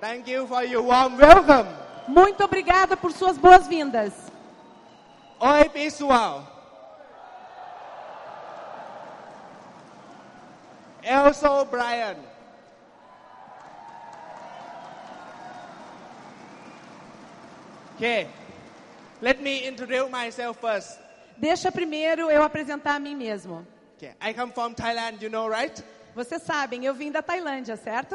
Thank you for your warm welcome. Muito obrigada por suas boas-vindas. Oi, pessoal. Eu sou o Brian. Okay. Let me introduce myself first. Deixa primeiro eu apresentar a mim mesmo. Okay. I come from Thailand, you know, right? Vocês sabem, eu vim da Tailândia, certo?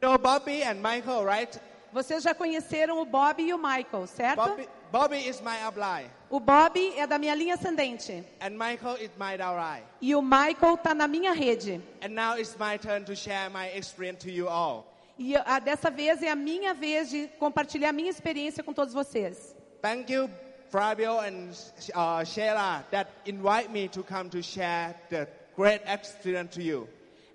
You know Bobby and Michael, right? Vocês já conheceram o Bob e o Michael, certo? Bobby, Bobby is my upline, O Bob é da minha linha ascendente and Michael is my downline. e o Michael está na minha rede. And now it's my turn to share my experience to you all. E eu- ah, dessa vez é a minha vez de compartilhar a minha experiência com todos vocês. Thank you, Fabio and uh, Sheila, that invite me to come to share the great experience to you.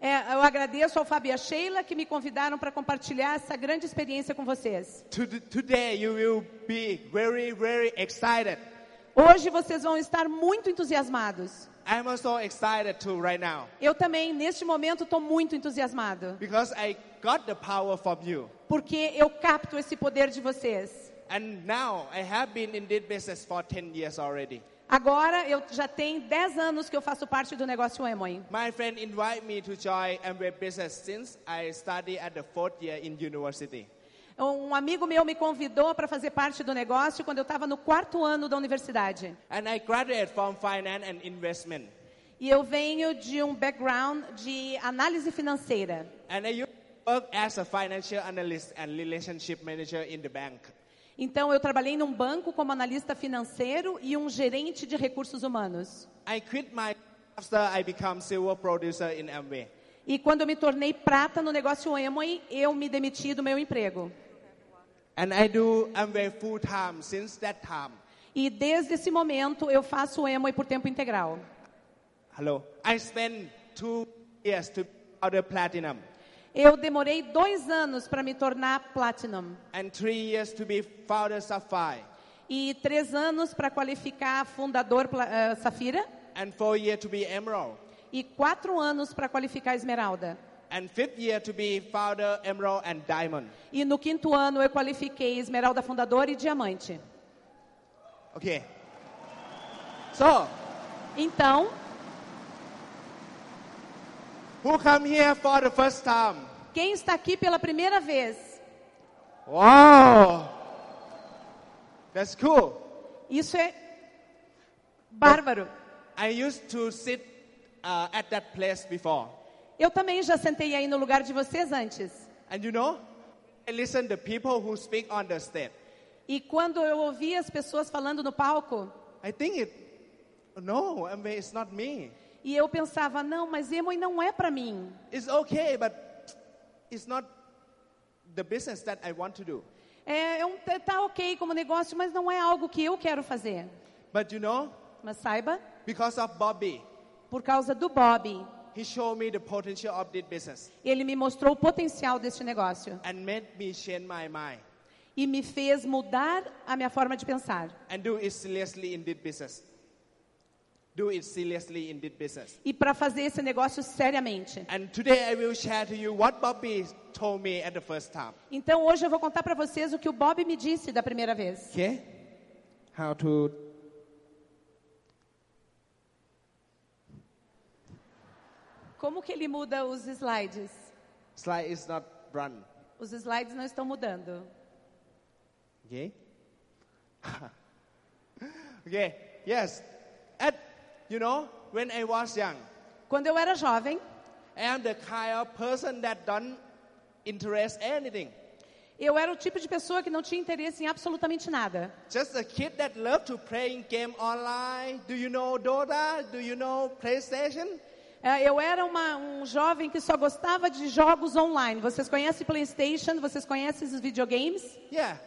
É, eu agradeço ao Fábio e à Sheila que me convidaram para compartilhar essa grande experiência com vocês. To today, you will be very, very excited. Hoje vocês vão estar muito entusiasmados. I'm also excited too right now Eu também, neste momento, estou muito entusiasmado, because I got the power from you. porque eu capto esse poder de vocês. And now I have been in this business for 10 years already. Agora, eu já tenho 10 anos que eu faço parte do negócio Emoy. My friend invited me to join Amway business since I study at the fourth year in university. Um amigo meu me convidou para fazer parte do negócio quando eu estava no quarto ano da universidade. And I graduated from finance and investment. E eu venho de um background de análise financeira. And I used to work as a financial analyst and relationship manager in the bank. Então, eu trabalhei num banco como analista financeiro e um gerente de recursos humanos. I quit my after I become silver producer in Amway. E quando eu me tornei prata no negócio Emoy, eu me demiti do meu emprego. And I do Amway full time since that time. E desde esse momento, eu faço Emoy por tempo integral. Hello. I spent two years to become the platinum Eu demorei dois anos para me tornar platinum and three years to be founder sapphire e três anos para qualificar fundador pla- eh, Safira and four years to be emerald e quatro anos para qualificar Esmeralda. and fifth year to be founder emerald and diamond. E no quinto ano eu qualifiquei Esmeralda Fundador e Diamante. Okay. So, Então, who come here for the first time? quem está aqui pela primeira vez, Wow. That's cool. isso é bárbaro. I used to sit uh, at that place before. Eu também já sentei aí no lugar de vocês antes. And you know, I listen to people who speak on the stage. E quando eu ouvi as pessoas falando no palco, I think it, no, I mean, it's not me. e eu pensava, não, mas Emoy não é para mim. It's okay, but it's not the business that I want to do. É, é um, tá- tá ok como negócio, mas não é algo que eu quero fazer. But you know, Mas saiba, because of Bobby, por causa do Bob, he showed me the potential of this business ele me mostrou o potencial deste negócio and made me change my mind e me fez mudar a minha forma de pensar and do it seriously in this business. Do it seriously in this business. e para fazer esse negócio seriamente. And today I will share to you what Bobby told me at the first time. Então hoje eu vou contar para vocês o que o Bob me disse da primeira vez. Okay? How to. Como que ele muda os slides? Slide is not run. Os slides não estão mudando. Okay? okay, yes. At, you know, when I was young, Quando eu era jovem, I am the kind of person that don't interest anything. eu era o tipo de pessoa que não tinha interesse em absolutamente nada. Just a kid that love to playing game online. Do you know Dota? Do you know PlayStation? É, Eu era uma- um jovem que só gostava de jogos online. Vocês conhecem PlayStation? Vocês conhecem esses videogames? Yeah,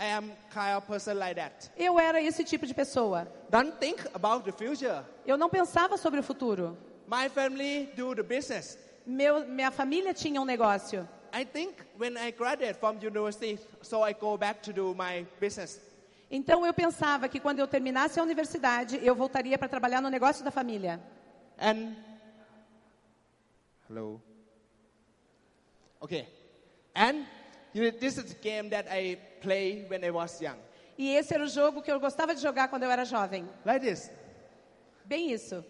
I am kind of person like that. Eu era esse tipo de pessoa. Don't think about the future. Eu não pensava sobre o futuro. My family do the business. Meu, minha família tinha um negócio. I think when I graduate from university, so I go back to do my business. Então eu pensava que quando eu terminasse a universidade, eu voltaria para trabalhar no negócio da família. And hello. Okay. And You know, this is a game that I play when I was young. E esse era o jogo que eu gostava de jogar quando eu era jovem. Like this. Bem isso.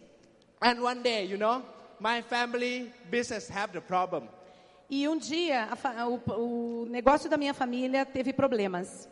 And one day, you know, my family business have the problem. E um dia a fa- o, o negócio da minha família teve problemas.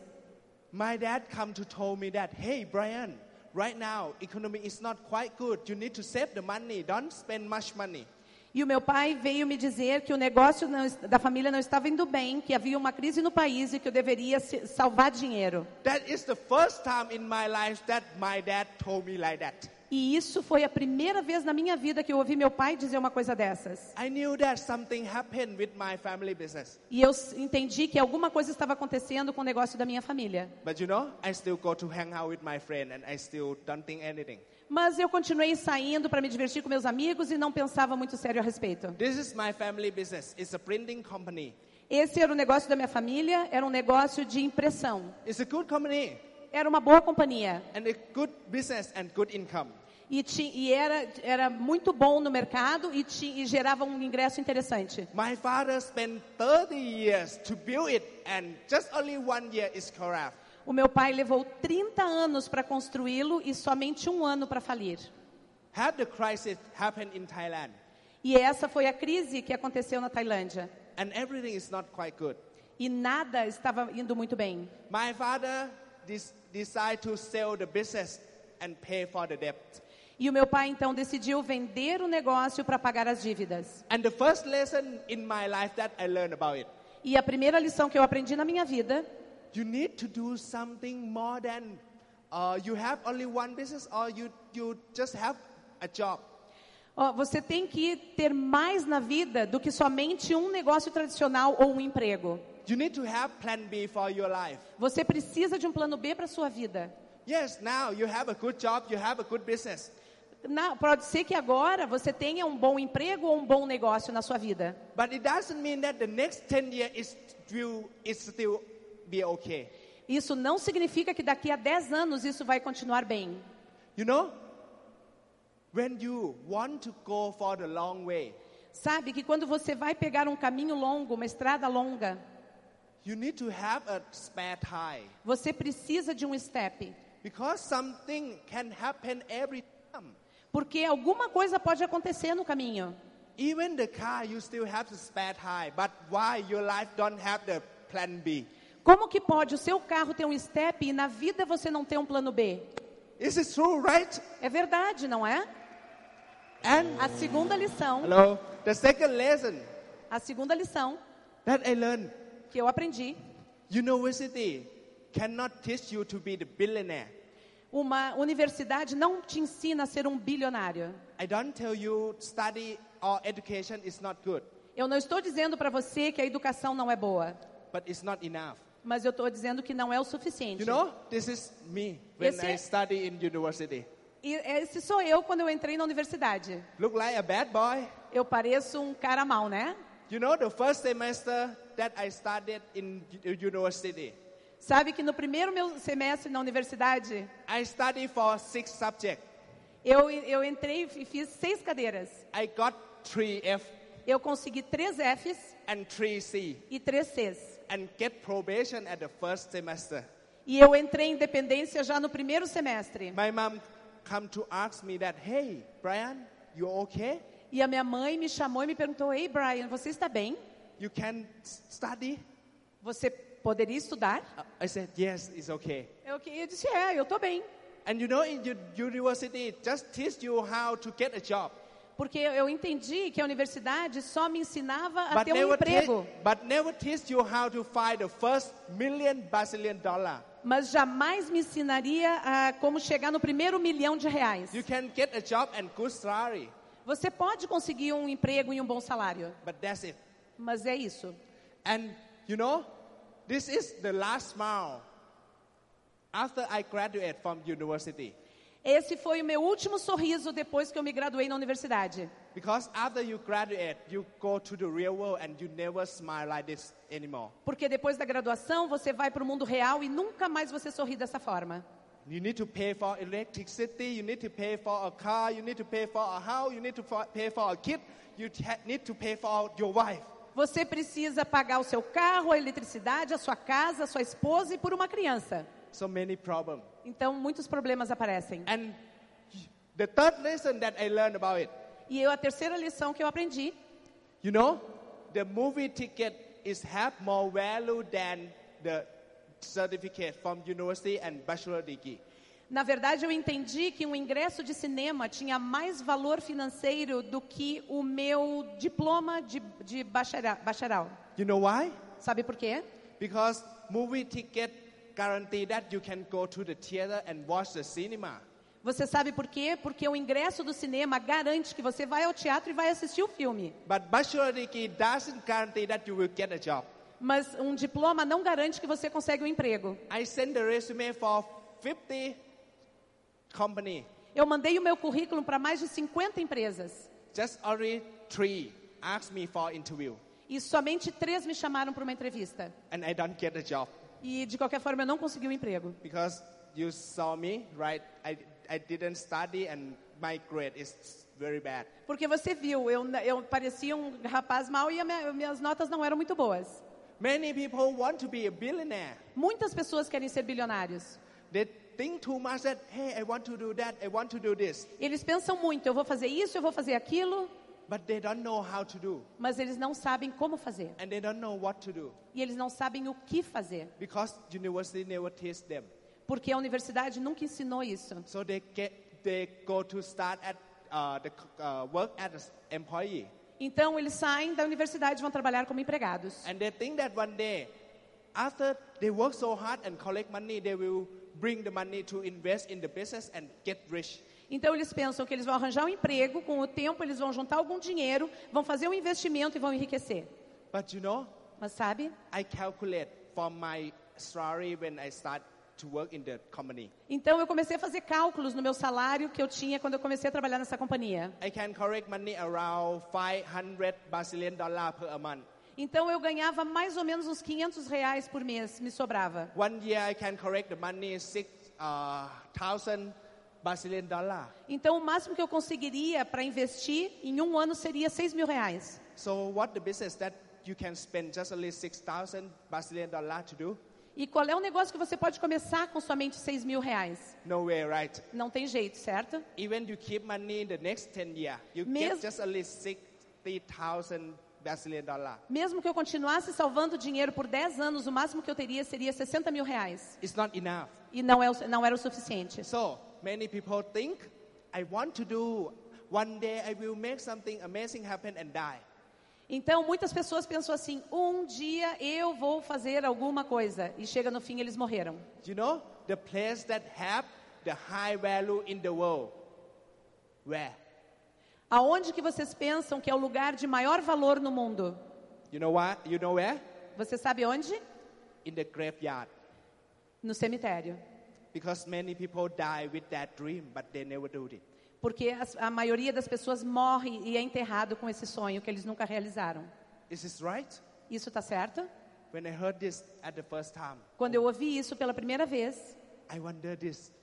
My dad come to told me that, hey Brian, right now economy is not quite good. You need to save the money. Don't spend much money. E o meu pai veio me dizer que o negócio não es- da família não estava indo bem, que havia uma crise no país e que eu deveria se- salvar dinheiro. That is the first time in my life that my dad told me like that. E isso foi a primeira vez na minha vida que eu ouvi meu pai dizer uma coisa dessas. I knew that something happened with my family business. E eu s- entendi que alguma coisa estava acontecendo com o negócio da minha família. But you know, I still go to hang out with my friend and I still don't think anything. Mas eu continuei saindo para me divertir com meus amigos e não pensava muito sério a respeito. This is my family business. It's a printing company. Esse era o negócio da minha família, era um negócio de impressão. It's a good company Era uma boa companhia and a good business and good income. e, ti- e era, era muito bom no mercado e, ti- e gerava um ingresso interessante. My father spent 30 years to build it and just only one year is corrupt. O meu pai levou 30 anos para construí-lo e somente um ano para falir. Have the crisis happened in Thailand E essa foi a crise que aconteceu na Tailândia. and everything is not quite good. E nada estava indo muito bem. My father des- decided to sell the business and pay for the debt. E o meu pai então decidiu vender o negócio para pagar as dívidas. And the first lesson in my life that I learned about it, E a primeira lição que eu aprendi na minha vida you need to do something more than uh, you have only one business or you, you just have a job. Ó, você tem que ter mais na vida do que somente um negócio tradicional ou um emprego. You need to have plan B for your life. Você precisa de um plano B para sua vida. Yes, now you have a good job, you have a good business. Na- pode ser que agora você tenha um bom emprego ou um bom negócio na sua vida, But it doesn't mean that the next 10 years is will is still be okay. isso não significa que daqui a 10 anos isso vai continuar bem. You know? When you want to go for the long way, Sabe que quando você vai pegar um caminho longo, uma estrada longa, you need to have a spare time você precisa de um step. because something can happen every time. Porque alguma coisa pode acontecer no caminho. Even the car, you still have the spare time. But why your life don't have the plan B? Como que pode o seu carro ter um step e na vida você não ter um plano B? Is it true, right? É verdade, não é? And A segunda lição, hello, the second lesson a segunda lição that I learned que eu aprendi, University cannot teach you to be the billionaire. uma universidade não te ensina a ser um bilionário. I don't tell you study or education is not good, Eu não estou dizendo para você que a educação não é boa, but it's not enough. mas eu estou dizendo que não é o suficiente. You know, this is me when Yes, I yes. study in university. E esse sou eu quando eu entrei na universidade. Look like a bad boy. Eu pareço um cara mal, né? You know, the first semester that I studied in u- university, Sabe que no primeiro meu semestre na universidade, I studied for six subjects. eu, eu entrei e fiz seis cadeiras. I got three F Eu consegui três Fs and three C e três Cs. and get probation at the first semester. E eu entrei em dependência já no primeiro semestre. My mom come to ask me that, hey, Brian, you okay? E a minha mãe me chamou e me perguntou: Ei, Brian, você está bem? You can s- study? Você poderia estudar? Uh, I said, yes, it's okay. Eu, que- eu disse: É, eu estou bem. And you know, in u- university, it just teach you how to get a job, Porque eu entendi que a universidade só me ensinava a but ter um never, te- emprego, but never teach you how to find the first million Brazilian dollar. mas jamais me ensinaria a como chegar no primeiro milhão de reais. You can get a job and good salary, Você pode conseguir um emprego e um bom salário, but that's it. mas é isso. And you know, this is the last smile after I graduate from university. Esse foi o meu último sorriso depois que eu me graduei na universidade. Because after you graduate, you go to the real world and you never smile like this anymore. Porque depois da graduação você vai para o mundo real e nunca mais você sorri dessa forma. You need to pay for electricity, you need to pay for a car, you need to pay for a house, you need to for, pay for a kid, you ha- need to pay for your wife. Você precisa pagar o seu carro, a eletricidade, a sua casa, a sua esposa e por uma criança. So many problems. Então, muitos problemas aparecem. And the third lesson that I learned about it, E eu, a terceira lição que eu aprendi you know, the movie ticket is have more value than the certificate from university and bachelor degree. Na verdade, eu entendi que um ingresso de cinema tinha mais valor financeiro do que o meu diploma de, de bacharel, bacharel. You know why? Sabe por quê? Because movie ticket guarantee that you can go to the theater and watch the cinema. Você sabe por quê? Porque o ingresso do cinema garante que você vai ao teatro e vai assistir o filme. But bachelor degree doesn't guarantee that you will get a job. Mas um diploma não garante que você consegue um emprego. I sent the resume for 50 company, Eu mandei o meu currículo para mais de 50 empresas just only three asked me for interview, e somente três me chamaram para uma entrevista. and I don't get a job E de qualquer forma eu não consegui o emprego. because you saw me, right? I, I didn't study, and my grade is very bad. Porque você viu, eu, eu parecia um rapaz mau e a minha- minhas notas não eram muito boas. Many people want to be a billionaire. Muitas pessoas querem ser bilionários. They think too much that hey, I want to do that, I want to do this, Eles pensam muito, eu vou fazer isso, eu vou fazer aquilo, but they don't know how to do, mas eles não sabem como fazer. and they don't know what to do E eles não sabem o que fazer, because university never teach them. porque a universidade nunca ensinou isso. So they get they go to start at uh, the c- uh, work as employee, Então eles saem da universidade e vão trabalhar como empregados. and they think that one day, after they work so hard and collect money, they will bring the money to invest in the business and get rich. Então eles pensam que eles vão arranjar um emprego, com o tempo eles vão juntar algum dinheiro, vão fazer um investimento e vão enriquecer. But you know, Mas sabe? I calculate from my salary when I start to work in the company. Então eu comecei a fazer cálculos no meu salário que eu tinha quando eu comecei a trabalhar nessa companhia. I can collect money around 500 Brazilian dollar per month. Então eu ganhava mais ou menos uns 500 reais por mês, me sobrava. One year I can collect the money 6,000 Brazilian dollar. Então o máximo que eu conseguiria para investir em um ano seria 6 mil reais. So what the business that you can spend just only 6,000 Brazilian dollar to do? E qual é o negócio que você pode começar com somente 6 mil reais? No way, right? Não tem jeito, certo? Even you keep money in the next 10 years, you get Mes- just only 60,000 Brazilian dollar. Mesmo que eu continuasse salvando dinheiro por 10 anos, o máximo que eu teria seria 60 mil reais. It's not enough. E não, é, o- não era o suficiente. So many people think, I want to do, one day I will make something amazing happen and die. Então, muitas pessoas pensam assim: um dia eu vou fazer alguma coisa. E chega no fim, eles morreram. You know, the place that have the high value in the world. Where? Aonde que vocês pensam que é o lugar de maior valor no mundo? You know what? You know where? Você sabe onde? In the graveyard. No cemitério. Because many people die with that dream, but they never do it. Porque as- a maioria das pessoas morre e é enterrado com esse sonho que eles nunca realizaram. Is this right? Isso está certo? When I heard this at the first time, Quando eu ouvi isso pela primeira vez, I wonder this,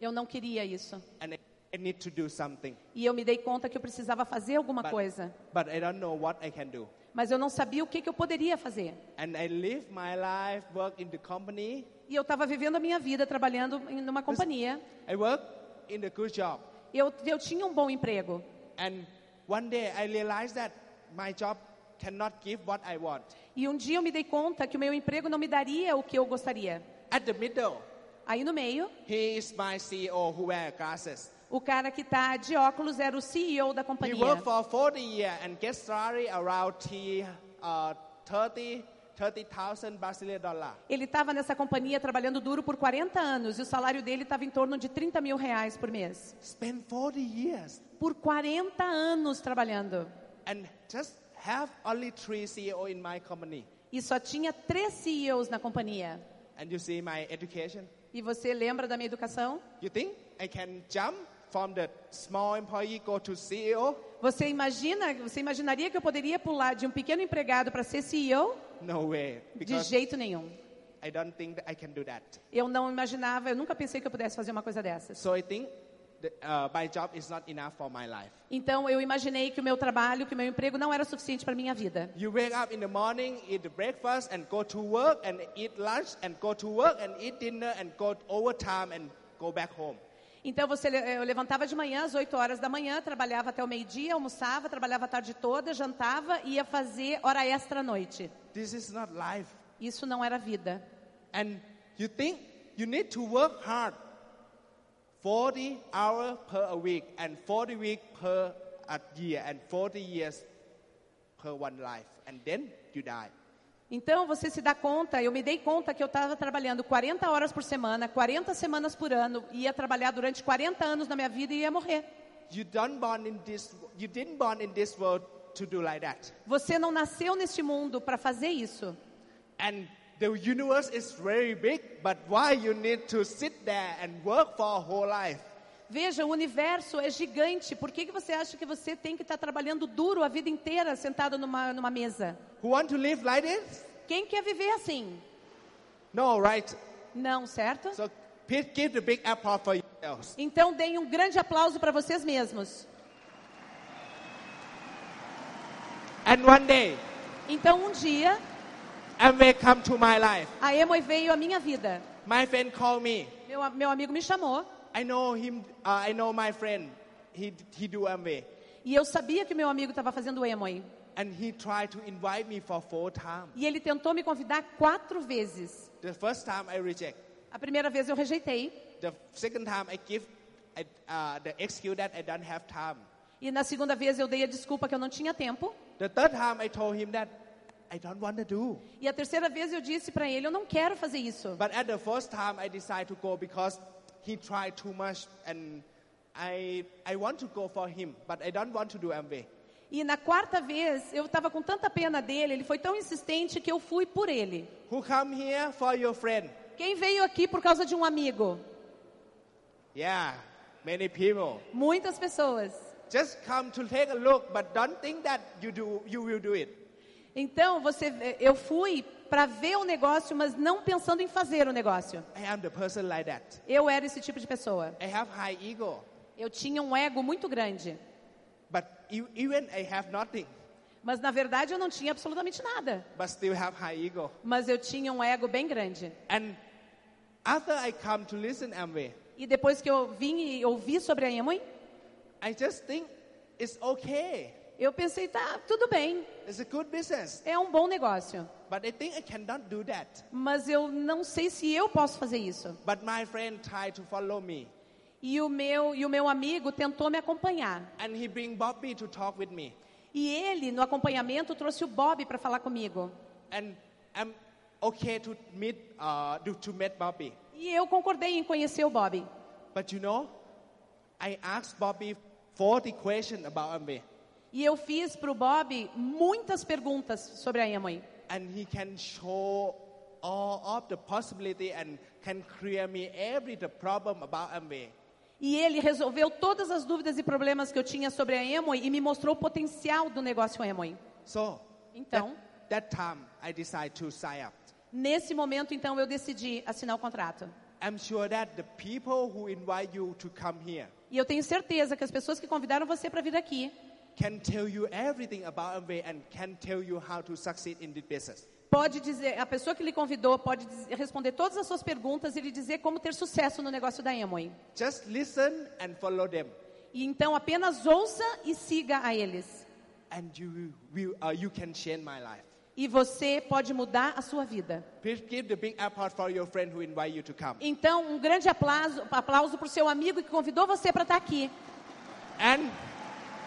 eu não queria isso. and I, I need to do something. E eu me dei conta que eu precisava fazer alguma But, coisa. but I don't know what I can do. Mas eu não sabia o que, que eu poderia fazer. And I live my life, work in the company. E eu estava vivendo a minha vida trabalhando em uma companhia. I work in a good job, Eu, eu tinha um bom emprego. and one day I realized that my job cannot give what I want. E um dia eu me dei conta que o meu emprego não me daria o que eu gostaria. At the middle, Aí no meio, he is my CEO who wear glasses. o cara que tá de óculos era o CEO da He companhia. worked for 40 years and gets salary around t, uh, 30 30,000 Brazilian dollar. Ele estava nessa companhia trabalhando duro por 40 anos e o salário dele estava em torno de 30 mil reais por mês. Spend 40 years Por 40 anos trabalhando. and just have only three CEO in my company. E só tinha três CEOs na companhia. And you see my education. E você lembra da minha educação? You think I can jump from the small employee go to E CEO? Você imagina, você imaginaria que eu poderia pular de um pequeno empregado para ser CEO? No way, De because jeito nenhum. I don't think that I can do that. Eu não imaginava, eu nunca pensei que eu pudesse fazer uma coisa dessas. So I think the, uh, my job is not enough for my life. Então eu imaginei que o meu trabalho, que o meu emprego não era suficiente para minha vida. You wake up in the morning, eat the breakfast, and go to work, and eat lunch, and go to work, and eat dinner, and go overtime, and go back home. Então você le- eu levantava de manhã às 8 horas da manhã, trabalhava até o meio-dia, almoçava, trabalhava a tarde toda, jantava e ia fazer hora extra à noite. This is not life. Isso não era vida. And you think you need to work hard 40 hours per a week, and 40 week per a year, and 40 years per one life, and then you die. Então você se dá conta, eu me dei conta que eu estava trabalhando 40 horas por semana, 40 semanas por ano, ia trabalhar durante 40 anos na minha vida e ia morrer. You don't born in this. You didn't born in this world to do like that. Você não nasceu neste mundo para fazer isso. And the universe is very big, but why you need to sit there and work for a whole life? Veja, o universo é gigante. Por que, que você acha que você tem que estar trabalhando duro a vida inteira sentado numa, numa mesa? Who want to live like this? Quem quer viver assim? No, right? Não, certo? So please give the big applause for yourselves. Então deem um grande aplauso para vocês mesmos. And one day, Então um dia, Amway come to my life. a Emoi veio à minha vida. My friend called me. Meu, a- meu amigo me chamou I know him. Uh, I know my friend. He he do Amway, e eu sabia que meu amigo estava fazendo Emoi. and he tried to invite me for four times. E ele tentou me convidar quatro vezes. The first time I reject. A primeira vez eu rejeitei The second time I give I, uh, the excuse that I don't have time. e na segunda vez eu dei a desculpa que eu não tinha tempo. The third time I told him that I don't want to do. E a terceira vez eu disse para ele, eu não quero fazer isso. But at the first time I decide to go because he tried too much and I I want to go for him, but I don't want to do Amway. E na quarta vez eu estava com tanta pena dele, ele foi tão insistente que eu fui por ele. Who come here for your friend? Quem veio aqui por causa de um amigo? Yeah, many people. Muitas pessoas. Just come to take a look, but don't think that you do you will do it. Então você, eu fui para ver o negócio, mas não pensando em fazer o negócio. I am the person like that. Eu era esse tipo de pessoa. I have high ego, Eu tinha um ego muito grande, but e- even I have nothing, mas na verdade eu não tinha absolutamente nada. but still have high ego. Mas eu tinha um ego bem grande. And after I come to listen Amway, E depois que eu vim e ouvi sobre a Emoi, I just think it's okay. eu pensei, tá, tudo bem, It's a good business, é um bom negócio. but I think I cannot do that. Mas eu não sei se eu posso fazer isso. But my friend tried to follow me, E o meu e o meu amigo tentou me acompanhar. and he bring Bobby to talk with me. E ele no acompanhamento trouxe o Bob para falar comigo. And I'm okay to meet uh, to, to meet Bobby. E eu concordei em conhecer o Bob. But you know, I asked Bobby 40 questions about Amway, E eu fiz para o Bob muitas perguntas sobre a Emoi. and he can show all of the possibility and can clear me every the problem about Amway. E ele resolveu todas as dúvidas e problemas que eu tinha sobre a Emoi e me mostrou o potencial do negócio Emoi. So Então, that time I decide to sign up. nesse momento, então, eu decidi assinar o contrato. I'm sure that the people who invite you to come here E eu tenho certeza que as pessoas que convidaram você para vir aqui can tell you everything about Amway and can tell you how to succeed in this business. pode dizer, a pessoa que lhe convidou pode diz- responder todas as suas perguntas e lhe dizer como ter sucesso no negócio da Emoi. Just listen and follow them, E então apenas ouça e siga a eles. and you will, uh, you can change my life. E você pode mudar a sua vida. Please give the big applause for your friend who invite you to come. Então, um grande aplauso, aplauso para o seu amigo que convidou você para estar aqui. And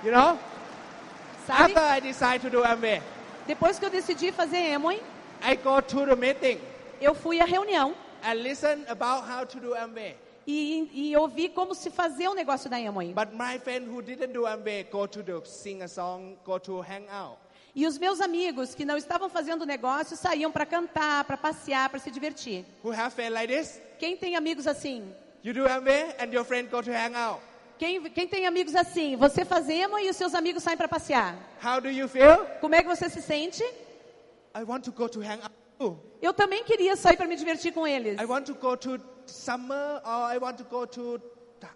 you know, Sabe? after I decide to do Amway, Depois que eu decidi fazer Emoi, I go to the meeting eu fui à reunião and listen about how to do Amway. e, e ouvi como se fazia o negócio da Emoi. But my friend who didn't do Amway go to the sing a song, go to hang out. E os meus amigos que não estavam fazendo negócio saíam para cantar, para passear, para se divertir. Who have friend like this? Quem tem amigos assim? You do Amway and your friend go to hang out. Quem, quem tem amigos assim? Você faz emo e os seus amigos saem para passear. How do you feel? Como é que você se sente? I want to go to hang out. too. Eu também queria sair para me divertir com eles. I want to go to summer or I want to go to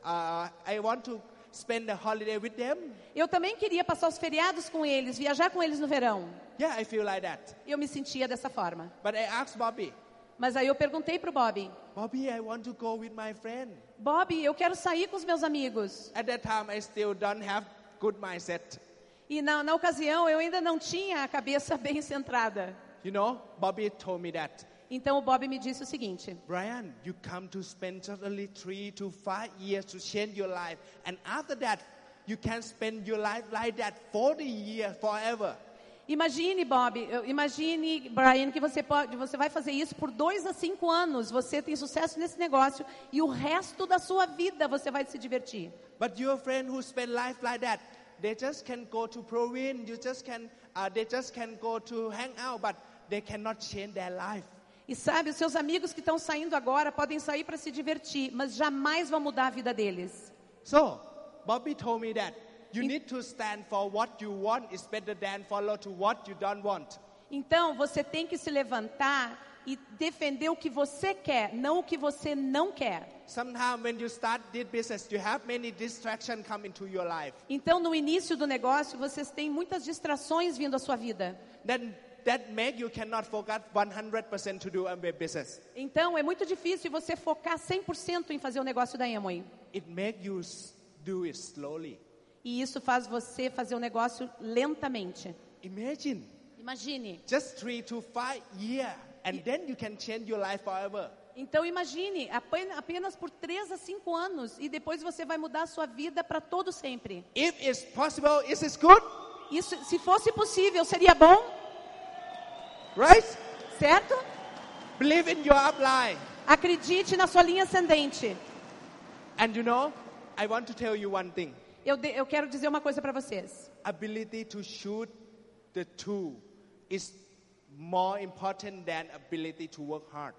uh, I want to spend the holiday with them. Eu também queria passar os feriados com eles, viajar com eles no verão. Yeah, I feel like that. Eu me sentia dessa forma. But I asked Bobby, Mas aí eu perguntei pro Bob, Bobby, I want to go with my friend. Bob, eu quero sair com os meus amigos. At that time, I still don't have good mindset. E na, na ocasião eu ainda não tinha a cabeça bem centrada. You know, Bobby told me that. Então o Bob me disse o seguinte: Brian, you come to spend totally three to five years to change your life, and after that, you can spend your life like that 40 years forever. Imagine, Bob, eu- imagine, Brian, que você pode, você vai fazer isso por dois a cinco anos. Você tem sucesso nesse negócio e o resto da sua vida você vai se divertir. But your friend who spend life like that, they just can go to province, you just can, uh, they just can go to hang out, but they cannot change their life. E sabe, os seus amigos que estão saindo agora podem sair para se divertir, mas jamais vão mudar a vida deles. So, Bobby told me that you need to stand for what you want is better than follow to what you don't want. Então você tem que se levantar e defender o que você quer, não o que você não quer. Sometimes when you start this business, you have many distractions come into your life. Então, no início do negócio, vocês têm muitas distrações vindo à sua vida. Then that make you cannot focus 100% to do Amway business. Então, é muito difícil você focar 100% em fazer o negócio da Amway. It make you s- do it slowly. E isso faz você fazer o negócio lentamente. Imagine Imagine. just three to five year, and then you can change your life forever. Então, imagine, apen- apenas por 3 a 5 anos e depois você vai mudar a sua vida para todo sempre. If it's possible, is it good, Isso, se fosse possível, seria bom, right? certo? Believe in your upline. Acredite na sua linha ascendente. And you know, I want to tell you one thing: Eu, de- eu quero dizer uma coisa para vocês. ability to shoot the two is more important than ability to work hard.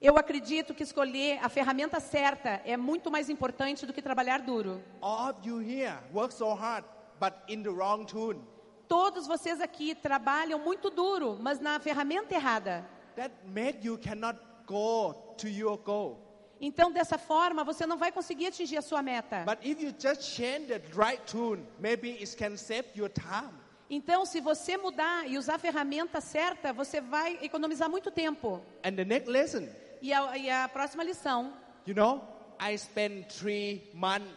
Eu acredito que escolher a ferramenta certa é muito mais importante do que trabalhar duro. All of you here work so hard, but in the wrong tune. Todos vocês aqui trabalham muito duro, mas na ferramenta errada. That make you cannot go to your goal. Então, dessa forma, você não vai conseguir atingir a sua meta. But if you just change the right tune, maybe it can save your time. Então, se você mudar e usar a ferramenta certa, você vai economizar muito tempo. And the next lesson, E a, e a próxima lição. you know, I spent three months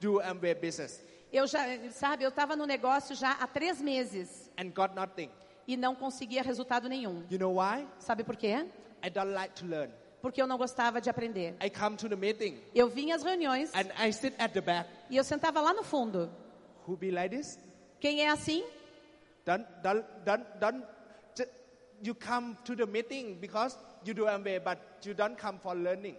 do Amway business Eu já, sabe, eu estava no negócio já há três meses and got nothing. e não conseguia resultado nenhum. You know why? Sabe por quê? I don't like to learn. Porque eu não gostava de aprender. I come to the meeting Eu vinha às reuniões and I sit at the back. e eu sentava lá no fundo. Who be like this? Quem é assim? Don't, don't, don't, don't. ju- You come to the meeting because you do Amway, but you don't come for learning.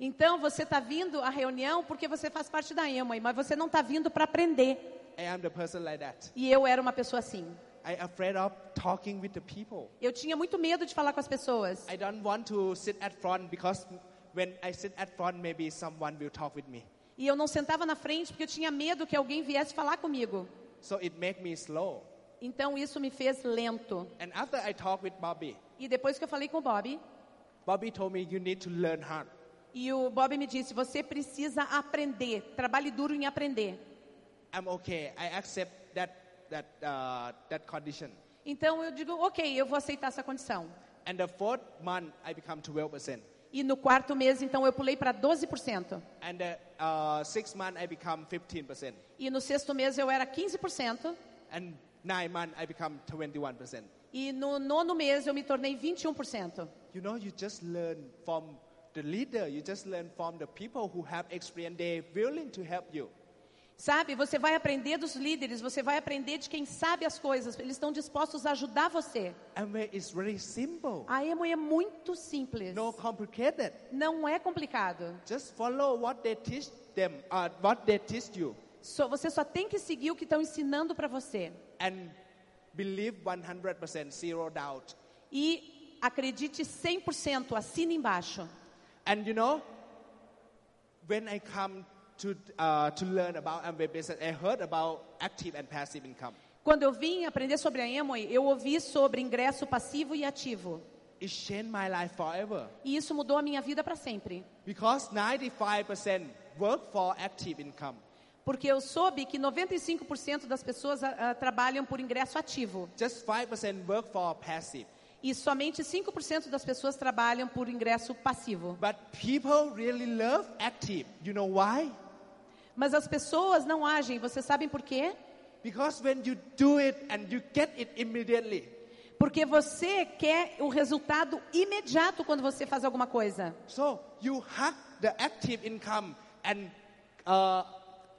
Então você está vindo à reunião porque você faz parte da EMA, mas você não está vindo para aprender. I am the person like that. E eu era uma pessoa assim. I afraid of talking with the people. Eu tinha muito medo de falar com as pessoas. I don't want to sit at front because when I sit at front, maybe someone will talk with me. E eu não sentava na frente porque eu tinha medo que alguém viesse falar comigo. So it made me slow. Então isso me fez lento. And after I talked with Bobby, E depois que eu falei com o Bob, Bobby told me you need to learn hard. e o Bob me disse: você precisa aprender, trabalhe duro em aprender. I'm okay. I accept that that uh, that condition. Então eu digo: ok, eu vou aceitar essa condição. And the fourth month, I become 12 percent. E no quarto mês, então eu pulei para 12%. And the uh, sixth month, I become 15 percent. E no sexto mês eu era 15%. And nine month, I become 21 percent. E no nono mês eu me tornei 21%. You know, you just learn from the leader. You just learn from the people who have experience. They're willing to help you. Sabe, você vai aprender dos líderes, você vai aprender de quem sabe as coisas, eles estão dispostos a ajudar você. And where it's very simple, A emo é muito simples, no complicated. não é complicado. Just follow what they teach them, uh, what they teach you, Só- você só tem que seguir o que estão ensinando para você. and believe 100%, zero doubt. E acredite 100%, assina embaixo. And you know, when I come to uh, to learn about Amway business, I heard about active and passive income. Quando eu vim aprender sobre a Emoi, eu ouvi sobre ingresso passivo e ativo. It changed my life forever E isso mudou a minha vida para sempre. because 95% work for active income. Porque eu soube que 95% das pessoas ah, ah, trabalham por ingresso ativo Just 5% work for passive. e somente 5% das pessoas trabalham por ingresso passivo. But people really love active. You know why? Mas as pessoas não agem, vocês sabem por quê? Because when you do it and you get it immediately, Porque você quer o resultado imediato quando você faz alguma coisa. so you hack the active income and uh,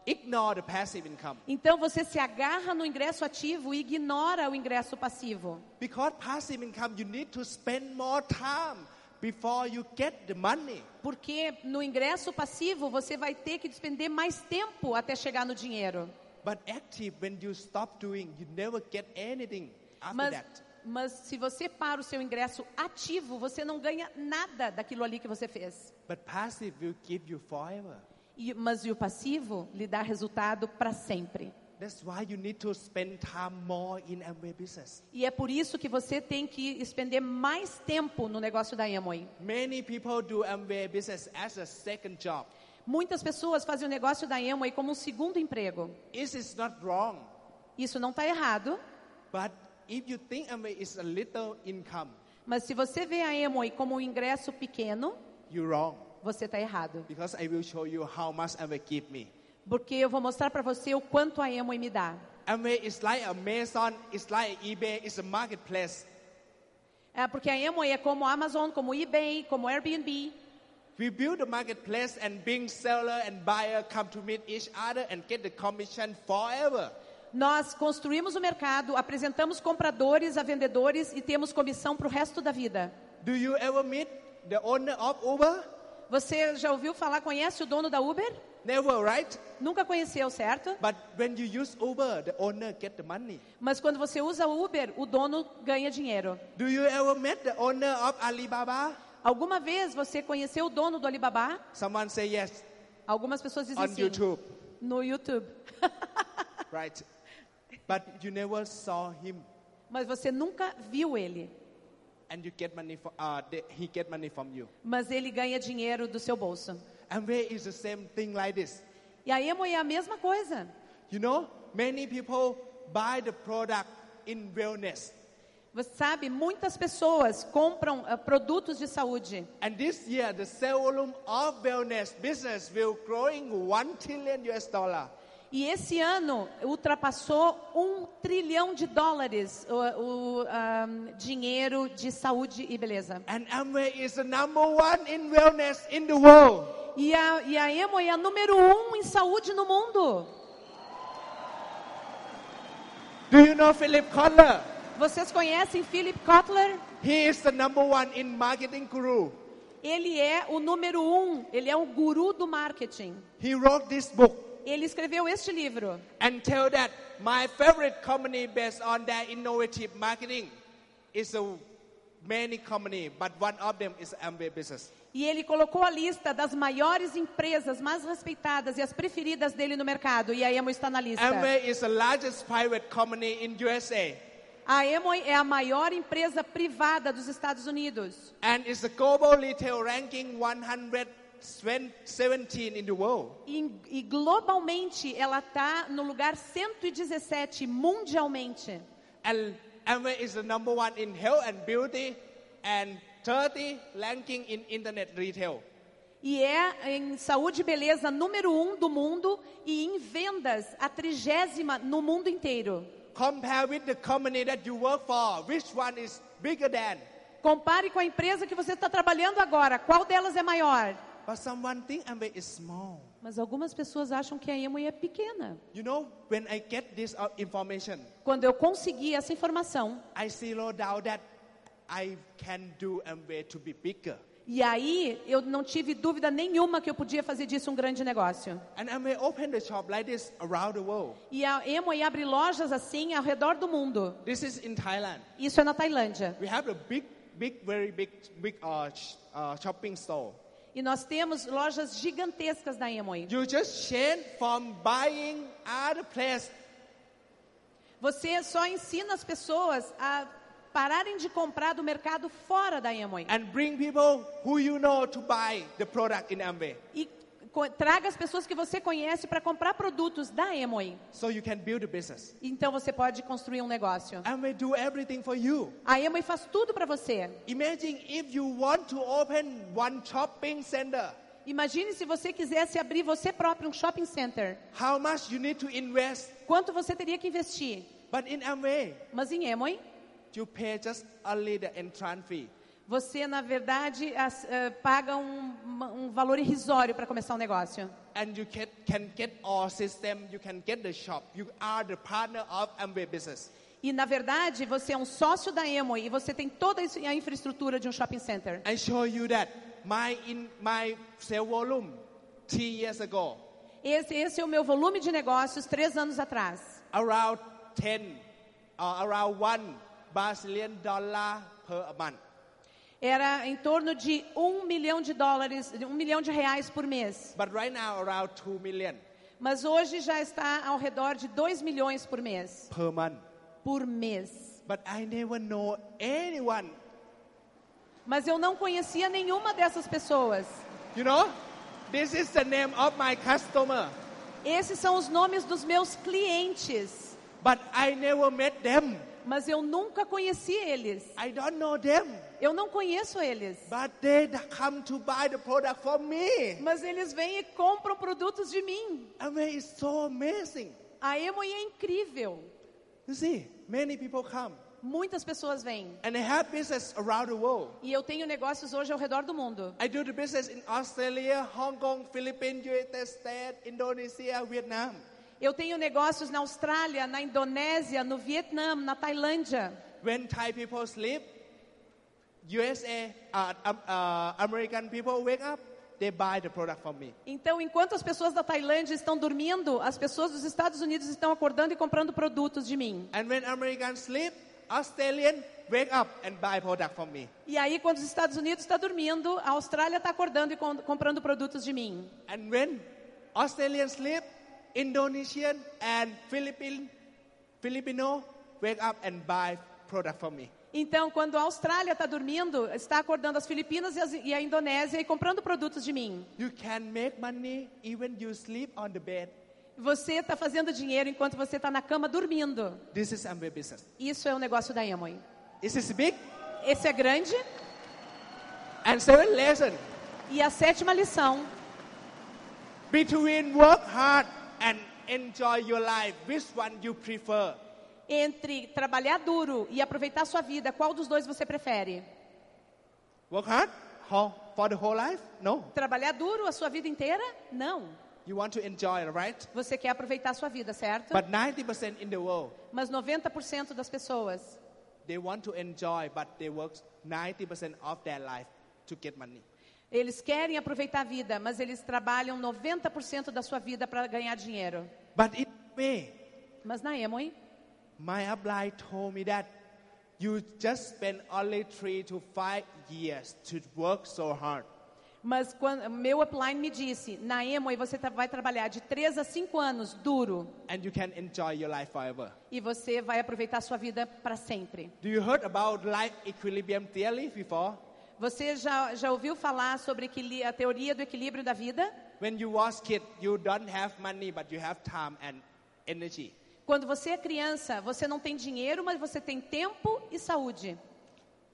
ignore the passive income. Então você se agarra no ingresso ativo e ignora o ingresso passivo. Because passive income, you need to spend more time before you get the money. Porque no ingresso passivo você vai ter que despender mais tempo até chegar no dinheiro. But active, when you stop doing, you never get anything after Mas, that. mas se você para o seu ingresso ativo, você não ganha nada daquilo ali que você fez. But passive will give you forever. E, mas e o passivo lhe dá resultado para sempre. That's why you need to spend time more in Amway business. E é por isso que você tem que expender mais tempo no negócio da Amway. Many people do Amway business as a second job. Muitas pessoas fazem o negócio da Amway como um segundo emprego. This is not wrong, Isso não está errado, but if you think Amway is a little income, mas se você vê a Amway como um ingresso pequeno, you're wrong você está errado. because I will show you how much Amway give me. Porque eu vou mostrar para você o quanto a Amway me dá. Amway is like Amazon, it's like eBay, it's a marketplace. É porque a Amway é como Amazon, como eBay, como Airbnb. We build a marketplace and being seller and buyer come to meet each other and get the commission forever. Nós construímos o mercado, apresentamos compradores a vendedores e temos comissão para o resto da vida. Do you ever meet the owner of Uber? Você já ouviu falar, conhece o dono da Uber? Never, right? Nunca conheceu, certo? But when you use Uber, the owner get the money. Mas quando você usa o Uber, o dono ganha dinheiro. Do you ever met the owner of Alibaba? Alguma vez você conheceu o dono do Alibaba? Someone say yes Algumas pessoas dizem on sim. YouTube, No YouTube. right? But you never saw him, Mas você nunca viu ele. and you get money for uh, they, he get money from you. Mas ele ganha dinheiro do seu bolso. And where is the same thing like this? E a Emo é a mesma coisa. You know, many people buy the product in wellness, Você sabe, muitas pessoas compram ah, produtos de saúde. and this year the sale volume of wellness business will growing one trillion US dollar. E esse ano ultrapassou um trilhão de dólares o, o, ah, dinheiro de saúde e beleza. And Amway is the number one in wellness in the world. E a, e a Emo é a número um em saúde no mundo. Do you know Philip Kotler? Vocês conhecem Philip Kotler? He is the number one in marketing guru. Ele é o número um, ele é o guru do marketing. He wrote this book Ele escreveu este livro and tell that my favorite company based on their innovative marketing is a many company, but one of them is Amway business. e ele colocou a lista das maiores empresas mais respeitadas e as preferidas dele no mercado. E a Emo está na lista. Amway is the largest private company in USA A Emo é a maior empresa privada dos Estados Unidos and is the global retail ranking 117 in the world. e, e globalmente ela está no lugar 117 mundialmente. And Amway is the number one in health and beauty and 30 ranking in internet retail. E é em saúde e beleza número um do mundo e em vendas a trigésima no mundo inteiro. Compare with the company that you work for, which one is bigger than? Compare com a empresa que você está trabalhando agora. Qual delas é maior? But someone think Amway is small. Mas algumas pessoas acham que a Amway é pequena. You know, when I get this uh, information, Quando eu consegui essa informação, I zero doubt that I can do Amway to be bigger. e aí eu não tive dúvida nenhuma que eu podia fazer disso um grande negócio. And Amway open the shop like this around the world. E a Amway abre lojas assim ao redor do mundo. This is in Thailand. Isso é na Tailândia. We have a big, big, very big, big uh, sh- uh, shopping store. E nós temos lojas gigantescas da Amway. You just change from buying other place Você só ensina as pessoas a pararem de comprar do mercado fora da Amway. and bring people who you know to buy the product in Amway E co- traga as pessoas que você conhece para comprar produtos da Amway. so you can build a business. Então você pode construir um negócio. Amway do everything for you. A Amway faz tudo para você. Imagine if you want to open one shopping center, Imagine se você quisesse abrir você próprio um shopping center. how much you need to invest. Quanto você teria que investir? But in Amway, Mas em Amway, you pay just only the entrance fee. você na verdade as- eh, paga um, uma- um valor irrisório para começar um negócio. And you can, can get all system, you can get the shop. You are the partner of Amway business. E na verdade você é um sócio da Amway e você tem toda a infra- a infraestrutura de um shopping center. I show you that my in my sale volume three years ago Esse, esse é o meu volume de negócios três anos atrás. around 10 or around 1 Brazilian dollar per month. Era em torno de um milhão de dólares, de um milhão de reais por mês. But right now around 2 million Mas hoje já está ao redor de dois milhões por mês. per month. Por mês. But I never know anyone. Mas eu não conhecia nenhuma dessas pessoas. You know? This is the name of my customer. Esses são os nomes dos meus clientes. But I never met them. Mas eu nunca conheci eles. I don't know them. Eu não conheço eles. But they come to buy the product for me. Mas eles vêm e compram produtos de mim. I mean, it's so amazing. A Emoy é incrível. You see, many people come. Muitas pessoas vêm. And I have business around the world. E eu tenho negócios hoje ao redor do mundo. I do the business in Australia, Hong Kong, Philippines, United States, Indonesia, Vietnam. Eu tenho negócios na Austrália, na Indonésia, no Vietnã, na Tailândia. When Thai people sleep, USA, uh, um, uh, American people wake up, they buy the product from me. Então, enquanto as pessoas da Tailândia estão dormindo, as pessoas dos Estados Unidos estão acordando e comprando produtos de mim. And when Americans sleep, Australian wake up and buy product from me. E aí, quando os Estados Unidos está dormindo, a Austrália está acordando e com- comprando produtos de mim. And when Australian sleep, Indonesian and Philippine, Filipino wake up and buy product from me. Então, quando a Austrália está dormindo, está acordando as Filipinas e, as- e a Indonésia e comprando produtos de mim. You can make money even you sleep on the bed. Você está fazendo dinheiro enquanto você está na cama dormindo. This is Amway business. Isso é o negócio da Amway. This is big. Esse é grande. And seven lesson E a sétima lição between work hard and enjoy your life. Which one you prefer? entre trabalhar duro e aproveitar sua vida, qual dos dois você prefere? Work hard ho- for the whole life? No. Trabalhar duro a sua vida inteira? Não. You want to enjoy, right? Você quer aproveitar sua vida, certo? But 90% in the world, Mas 90% das pessoas, they want to enjoy, but they work 90% of their life to get money. eles querem aproveitar a vida, mas eles trabalham 90% da sua vida para ganhar dinheiro. But in May, Mas na Amway, my upline told me that you just spend only three to five years to work so hard. mas quando, meu upline me disse, na Amway você tra- vai trabalhar de 3 a 5 anos duro and you can enjoy your life forever. e você vai aproveitar sua vida para sempre. Do you heard about life equilibrium theory before? Você já, já ouviu falar sobre equili- a teoria do equilíbrio da vida? When you was kid, you don't have money, but you have time and energy. Quando você é criança, você não tem dinheiro, mas você tem tempo e saúde.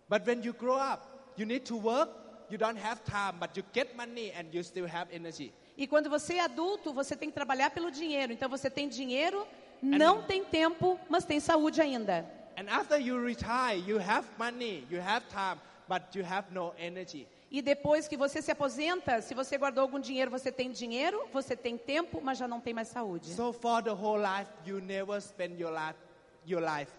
But when you grow up, you need to work. You don't have time, but you get money and you still have energy. E quando você é adulto, você tem que trabalhar pelo dinheiro. Então você tem dinheiro, não tem tempo, mas tem saúde ainda. And after you retire, you have money, you have time, but you have no energy. E depois que você se aposenta, se você guardou algum dinheiro, você tem dinheiro, você tem tempo, mas já não tem mais saúde. So for the whole life, you never spend your life, your life.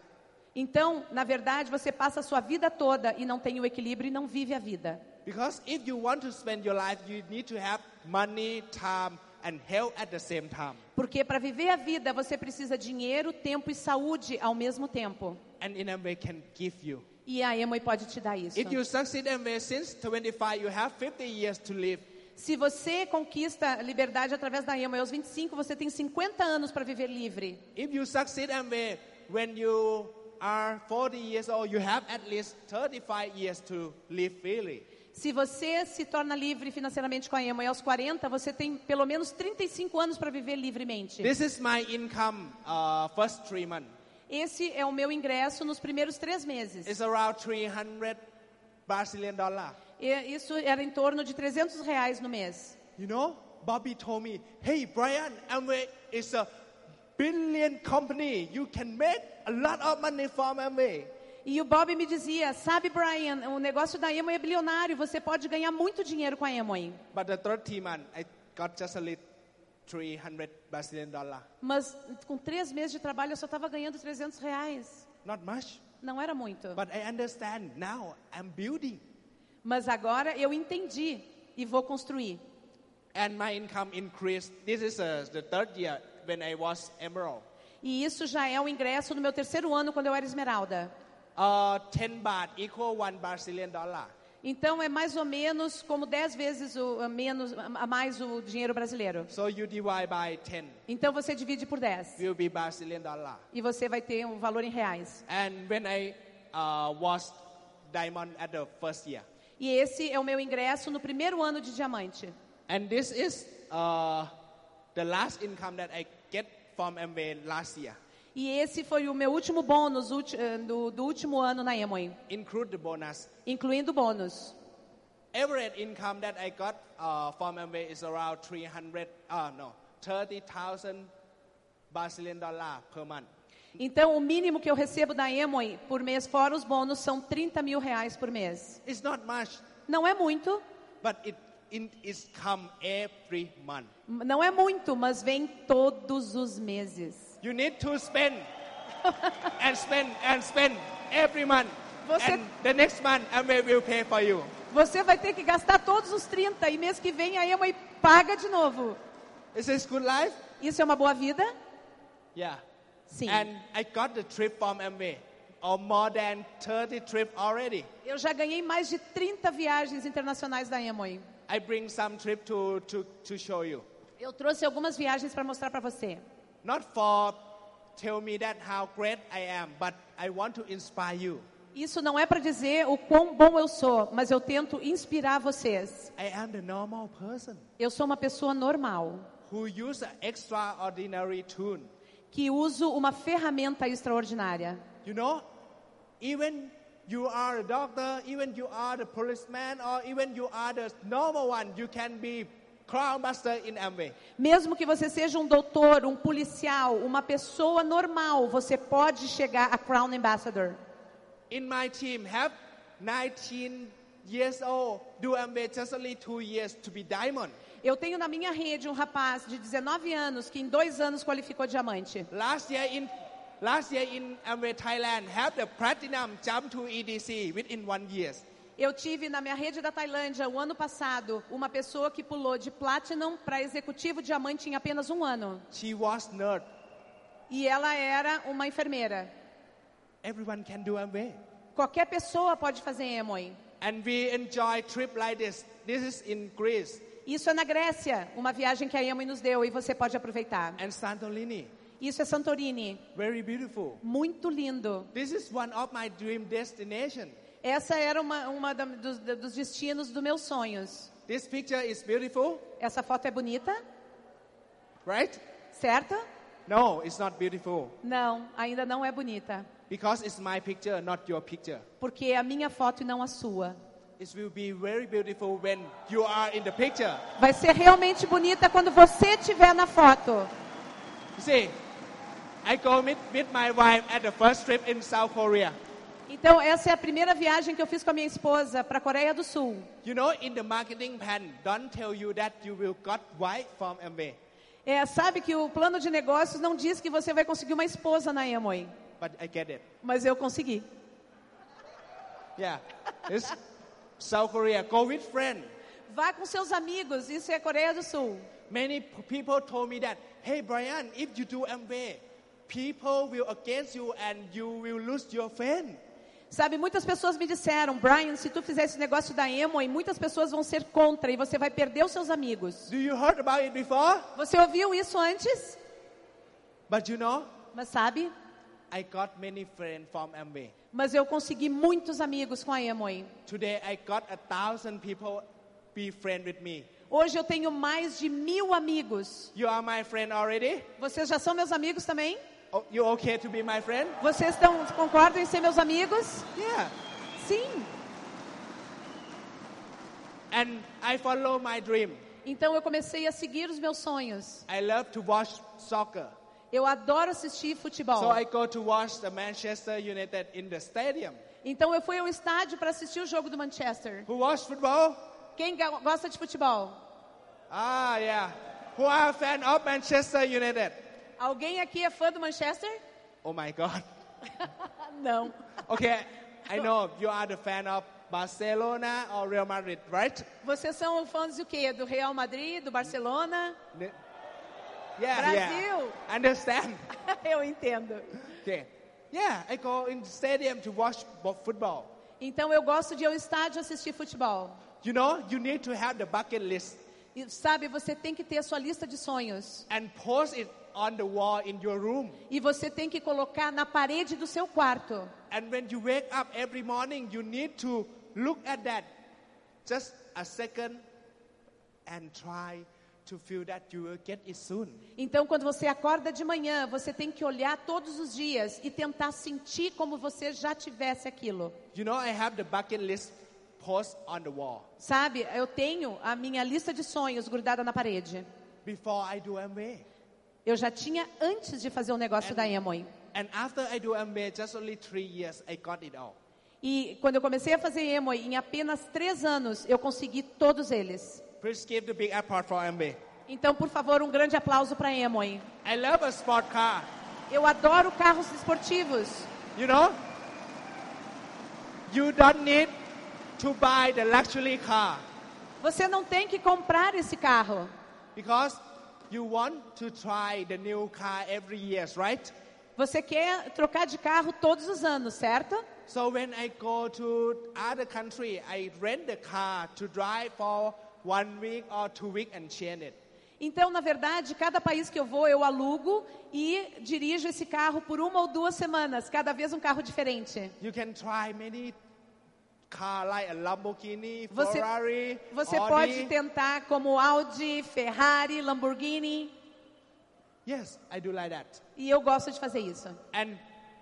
Então, na verdade, você passa a sua vida toda e não tem o equilíbrio e não vive a vida. Because if you want to spend your life, you need to have money, time, and health at the same time. Porque para viver a vida, você precisa dinheiro, tempo e saúde ao mesmo tempo. And in Amway can give you. E a Amway pode te dar isso. If you succeed Amway since 25, you have 50 years to live. Se você conquista a liberdade através da EMA aos 25, você tem 50 anos para viver livre. If you succeed Amway when you are 40 years old, you have at least 35 years to live freely. Se você se torna livre financeiramente com a EMA e aos 40, você tem pelo menos 35 anos para viver livremente. This is my income uh, first three months. Esse é o meu ingresso nos primeiros três meses. It's around 300 Brazilian dollar. E isso era em torno de 300 reais no mês. You know, Bobby told me, hey, Brian, Amway is a billion company. You can make a lot of money from Amway. E o Bob me dizia, sabe Brian, o negócio da Emoi é bilionário, você pode ganhar muito dinheiro com a Emoi. But the 30 month, I got just a little 300 Brazilian dollar. Mas com três meses de trabalho eu só estava ganhando 300 reais. Not much, Não era muito. but I understand now I'm building. Mas agora eu entendi e vou construir. And my income increased. This is uh, the third year when I was Emerald. E isso já é o ingresso no meu terceiro ano, quando eu era esmeralda. Uh, 10 baht equal 1 Brazilian dollar. Então é mais ou menos como 10 vezes o, a, menos, a mais o dinheiro brasileiro. So you divide by 10 Então você divide por 10 will be Brazilian dollar. e você vai ter um valor em reais. And when I uh, was diamond at the first year. E esse é o meu ingresso no primeiro ano de diamante. And this is uh, the last income that I get from Amway last year. E esse foi o meu último bônus ulti- eh, do, do último ano na Emoy, Include the bonus. incluindo bônus. Average income that I got uh, from Amway is around 300, uh, no, 30,000 Brazilian dollar per month. Então, o mínimo que eu recebo da Emoy por mês, fora os bônus, são 30 mil reais por mês. It's not much, Não é muito, but it, it is come every month. não é muito, mas vem todos os meses. You need to spend and spend and spend every month. Você- And the next month, Amway will pay for you. Você vai ter que gastar todos os 30 e mês que vem a Emoy paga de novo. Is this good life? Isso é uma boa vida? Yeah. Sim. And I got the trip from Amway, or more than 30 trip already. Eu já ganhei mais de 30 viagens internacionais da Emoy. I bring some trip to, to, to show you. Eu trouxe algumas viagens para mostrar para você. Not for tell me that how great I am, but I want to inspire you. Isso não é para dizer o quão bom eu sou, mas eu tento inspirar vocês. I am the normal person Eu sou uma pessoa normal who use an extraordinary tune. que uso uma ferramenta extraordinária. You know, even you are a doctor, even you are the policeman, or even you are the normal one, you can be crowd buster in Amway. Mesmo que você seja um doutor, um policial, uma pessoa normal, você pode chegar a Crown Ambassador. In my team, have 19 years old, do Amway just only two years to be diamond. Eu tenho na minha rede um rapaz de 19 anos que em dois anos qualificou diamante. Last year in last year in Amway Thailand, have the platinum jump to EDC within one year. Eu tive na minha rede da Tailândia, o ano passado, uma pessoa que pulou de Platinum para Executivo Diamante em apenas um ano. She was nerd. E ela era uma enfermeira. Everyone can do Amway. Qualquer pessoa pode fazer Emoy. And we enjoy trip like this. This is in Greece Isso é na Grécia, uma viagem que a Emoy nos deu e você pode aproveitar. and Santorini. Isso é Santorini, Very beautiful. muito lindo. This is one of my dream destination. Essa era uma, uma da- dos, dos destinos dos meus sonhos. This picture is beautiful, Essa foto é bonita, right? certo? No, it's not beautiful Não, ainda não é bonita, because it's my picture, not your picture. porque é a minha foto e não a sua. It will be very beautiful when you are in the picture. Vai ser realmente bonita quando você estiver na foto. You see, I go meet with my wife at the first trip in South Korea. Então, essa é a primeira viagem que eu fiz com a minha esposa para a Coreia do Sul. You know, in the marketing plan, don't tell you that you will got wife from Amway. É, sabe que o plano de negócios não diz que você vai conseguir uma esposa na Emoi, But I get it. mas eu consegui. Yeah. It's South Korea. Go with friend. Vá com seus amigos, isso é Coreia do Sul. Many p- people told me that, hey Brian, if you do Amway, people will against you and you will lose your friend. Sabe, muitas pessoas me disseram, Brian, se tu fizer esse negócio da Emoi, muitas pessoas vão ser contra e você vai perder os seus amigos. Do you heard about it before? Você ouviu isso antes? But you know, Mas sabe, I got many friends from Amway. Mas eu consegui muitos amigos com a Amway. Today I got a thousand people be friend with me. Hoje eu tenho mais de mil amigos. You are my friend already? Vocês já são meus amigos também? Oh, you okay to be my friend? Vocês estão, concordam em ser meus amigos? Yeah. Sim. And I follow my dream. Então eu comecei a seguir os meus sonhos. I love to watch soccer. Eu adoro assistir futebol. So I go to watch the Manchester United in the stadium. Então eu fui ao estádio para assistir o jogo do Manchester. Who watch football? Quem ga- gosta de futebol? Ah, yeah. Who are a fan of Manchester United? Alguém aqui é fã do Manchester? Oh my God. Não. Okay, I know you are the fan of Barcelona or Real Madrid, right? Vocês são fãs do quê? Do Real Madrid, do Barcelona? Ne- Yeah, Brazil. yeah. Understand? eu entendo. Okay. Yeah, I go in the stadium to watch bo- football. Então eu gosto de ir ao estádio assistir futebol. You know, you need to have the bucket list E, sabe, você tem que ter a sua lista de sonhos. and post it on the wall in your room. E você tem que colocar na parede do seu quarto. And when you wake up every morning, you need to look at that just a second and try to feel that you will get it soon. Então, quando você acorda de manhã, você tem que olhar todos os dias e tentar sentir como você já tivesse aquilo. You know, I have the bucket list post on the wall. Sabe, eu tenho a minha lista de sonhos grudada na parede. Before I do Amway. Eu já tinha antes de fazer o negócio da Amway. And after I do Amway, just only three years, I got it all. E quando eu comecei a fazer Amway, em apenas três anos, eu consegui todos eles. Please give the big applause for Amway. Então, por favor, um grande aplauso para a Amway. I love a sport car. Eu adoro carros esportivos. You know, you don't need to buy the luxury car Você não tem que comprar esse carro, because you want to try the new car every year, right? Você quer trocar de carro todos os anos, certo? So when I go to other country, I rent the car to drive for one week or two week and change it. Então, na verdade, cada país que eu vou, eu alugo e dirijo esse carro por uma ou duas semanas, cada vez um carro diferente. You can try many car like a Lamborghini, Você- Ferrari, Você Audi. pode tentar como Audi, Ferrari, Lamborghini, Yes, I do like that. e eu gosto de fazer isso. And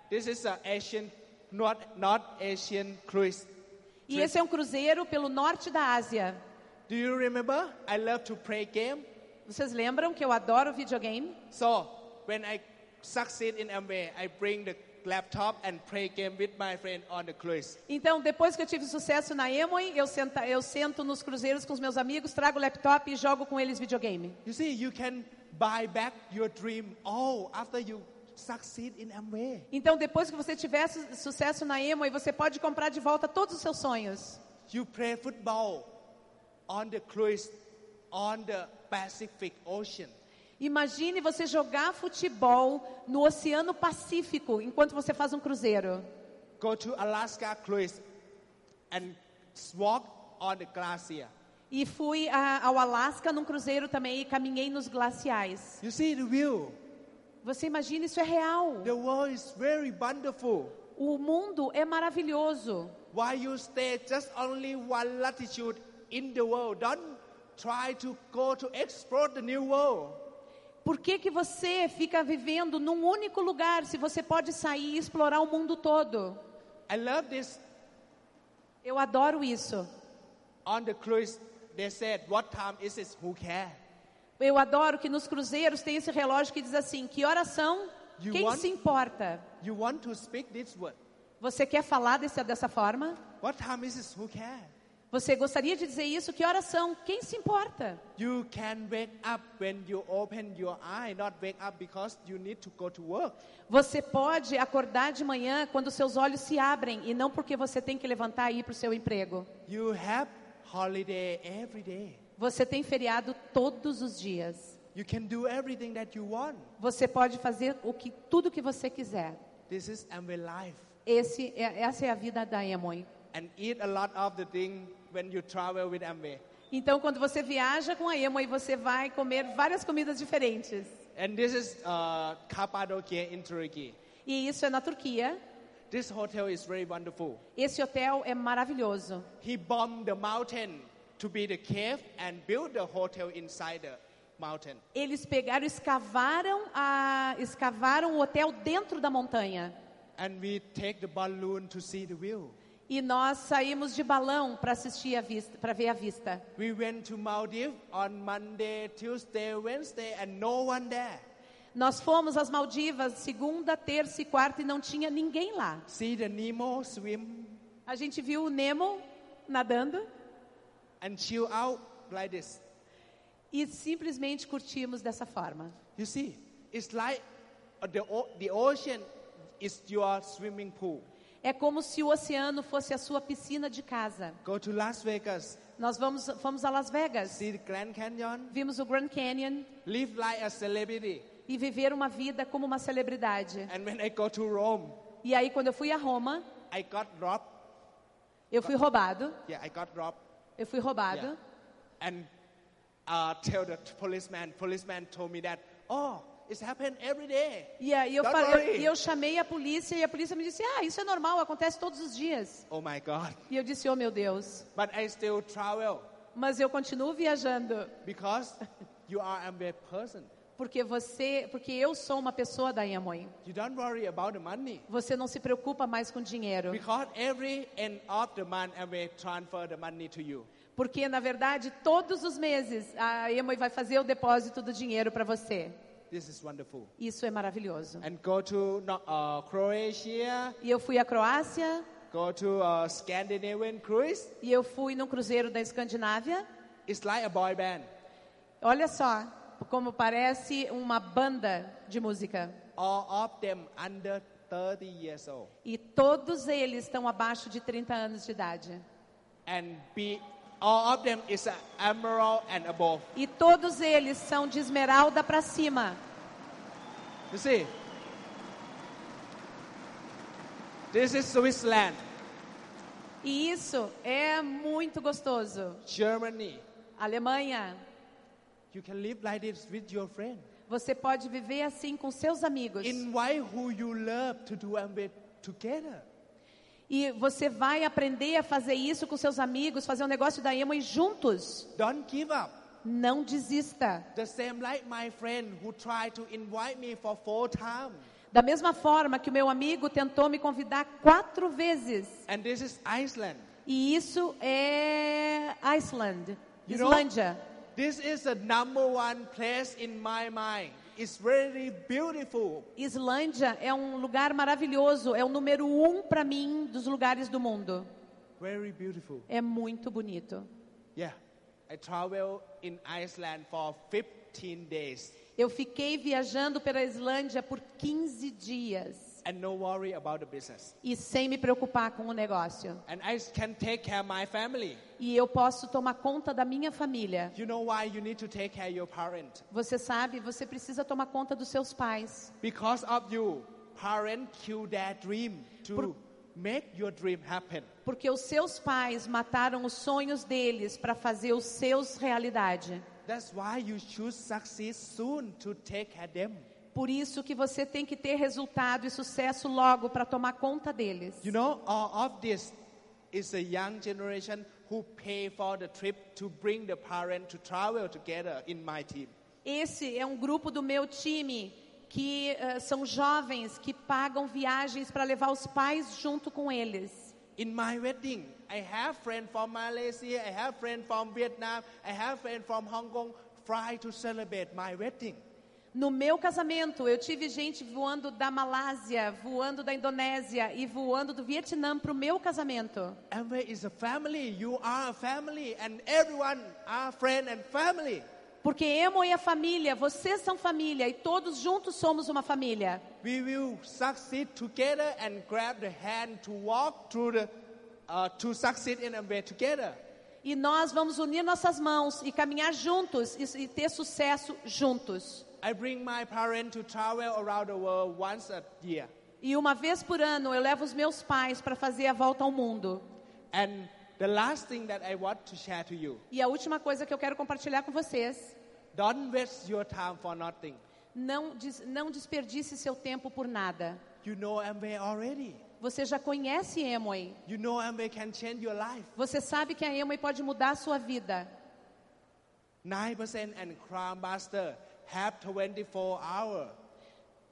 this is an Asian, not not Asian cruise. E esse é um cruzeiro pelo norte da Ásia. Do you remember? I love to play game. Vocês lembram que eu adoro videogame? So when I succeed in Amway, I bring the laptop and play game with my friend on the cruise. Então, depois que eu tive sucesso na Emoi, eu, senta- eu sento nos cruzeiros com os meus amigos, trago o laptop e jogo com eles videogame. You see, you can buy back your dream all after you succeed in Amway. Então, depois que você tiver su- sucesso na Emoi, você pode comprar de volta todos os seus sonhos. You play football on the cruise on the Pacific Ocean. Imagine você jogar futebol no Oceano Pacífico enquanto você faz um cruzeiro. Go to Alaska cruise and walk on the glacier. E fui a- ao Alasca num cruzeiro também e caminhei nos glaciais. You see the view. Você imagina, isso é real. The world is very wonderful. O mundo é maravilhoso. Why you stay just only one latitude in the world? Don't try to go to explore the new world. Por que, que você fica vivendo num único lugar se você pode sair e explorar o mundo todo? I love this. Eu adoro isso. On the cruise, they said, "What time is it? Who care?" Eu adoro que nos cruzeiros tem esse relógio que diz assim: que horas são? You Quem want- se importa? You want to speak this word? Você quer falar desse, dessa forma? What time is it? Who care? Você gostaria de dizer isso? Que horas são? Quem se importa? You can wake up when you open your eye, not wake up because you need to go to work. Você pode acordar de manhã quando seus olhos se abrem e não porque você tem que levantar e ir para o seu emprego. You have holiday every day. Você tem feriado todos os dias. You can do everything that you want. Você pode fazer o que tudo que você quiser. This is Amway life. Esse é, essa é a vida da Emoi. And eat a lot of the thing when you travel with Amway. Então, quando você viaja com a Emoi, você vai comer várias comidas diferentes. And this is uh, Cappadocia in Turkey. E isso é na Turquia. This hotel is very wonderful. Esse hotel é maravilhoso. He bombed the mountain to be the cave and built the hotel inside the mountain. Eles pegaram, escavaram, a, escavaram o hotel dentro da montanha. And we take the balloon to see the view. E nós saímos de balão para assistir a vista, para ver a vista. We went to Maldives on Monday, Tuesday, Wednesday, and no one there. Nós fomos às Maldivas segunda, terça e quarta e não tinha ninguém lá. See the Nemo swim A gente viu o Nemo nadando and chill out like this. e simplesmente curtimos dessa forma. You see, it's like uh, the, o- the ocean is your swimming pool. É como se o oceano fosse a sua piscina de casa. Go to Las Vegas, Nós vamos, fomos a Las Vegas, see the Grand Canyon, vimos o Grand Canyon live like a celebrity. e viver uma vida como uma celebridade. And when I go to Rome, E aí, quando eu fui a Roma, I got robbed. eu fui roubado. Yeah, I got robbed. Eu fui roubado. And uh, tell the policeman, policeman told me that, oh, it's happened every day. E aí eu, Don't falei, worry. eu, e eu chamei a polícia e a polícia me disse: Ah, isso é normal, acontece todos os dias. Oh my God. E eu disse: Oh meu Deus, But I still travel mas eu continuo viajando because you are a bad person. porque você, porque eu sou uma pessoa da Amway. You don't worry about the money. Você não se preocupa mais com dinheiro, Because every end of the month, I will transfer the money to you. porque na verdade todos os meses a Amway vai fazer o depósito do dinheiro para você. This is wonderful. Isso é maravilhoso. And go to no- uh, Croatia, E eu fui à Croácia go to uh, Scandinavian cruise. e eu fui num cruzeiro da Escandinávia. It's like a boy band. Olha só como parece uma banda de música. All of them under 30 years old. E todos eles estão abaixo de 30 anos de idade. And be, all of them is an emerald and above. E todos eles são de esmeralda para cima. You see? This is Switzerland, E isso é muito gostoso. Germany. Alemanha, You can live like this with your friend. você pode viver assim com seus amigos. Invite who you love to do and with together. E você vai aprender a fazer isso com seus amigos, fazer um negócio da Emo e juntos. Don't give up. Não desista. The same like my friend who tried to invite me for four times. Da mesma forma que o meu amigo tentou me convidar quatro vezes. And this is Iceland. E isso é Iceland, You know- Islândia. This is the number one place in my mind. It's very beautiful. Islândia é um lugar maravilhoso, é o número um para mim dos lugares do mundo. Very beautiful. É muito bonito. Yeah. I traveled in Iceland for 15 days Eu fiquei viajando pela Islândia por 15 dias and no worry about the business. e sem me preocupar com o negócio. And I can take care of my family. E eu posso tomar conta da minha família. You know why you need to take care of your parent? Você sabe, você precisa tomar conta dos seus pais. Because of you, parent kill their dream to Por- make your dream happen. Porque os seus pais mataram os sonhos deles para fazer os seus realidade. That's why you should succeed soon to take care of them. Por isso que você tem que ter resultado e sucesso logo para tomar conta deles. You know, all of this is the young generation who pay for the trip to bring the parent to travel together in my team. Esse é um grupo do meu time que eh, são jovens que pagam viagens para levar os pais junto com eles. In my wedding, I have friends from Malaysia, I have friends from Vietnam, I have friends from Hong Kong try to celebrate my wedding. No meu casamento, eu tive gente voando da Malásia, voando da Indonésia e voando do Vietnã para o meu casamento. Amway is a family. You are a family, and everyone are friend and family. Porque Emo e a família, vocês são família e todos juntos somos uma família. We will succeed together and grab the hand to walk through the uh, to succeed in Amway together. E nós vamos unir nossas mãos e caminhar juntos e, e ter sucesso juntos. I bring my parents to travel around the world once a year, E uma vez por ano eu levo os meus pais para fazer a volta ao mundo. and the last thing that I want to share to you: E a última coisa que eu quero compartilhar com vocês: don't waste your time for nothing. não, des, não desperdice seu tempo por nada. You know Amway already. Você já conhece Amway. You know Amway can change your life. Você sabe que a Amway pode mudar a sua vida. 9% and Crown Master have 24 hour.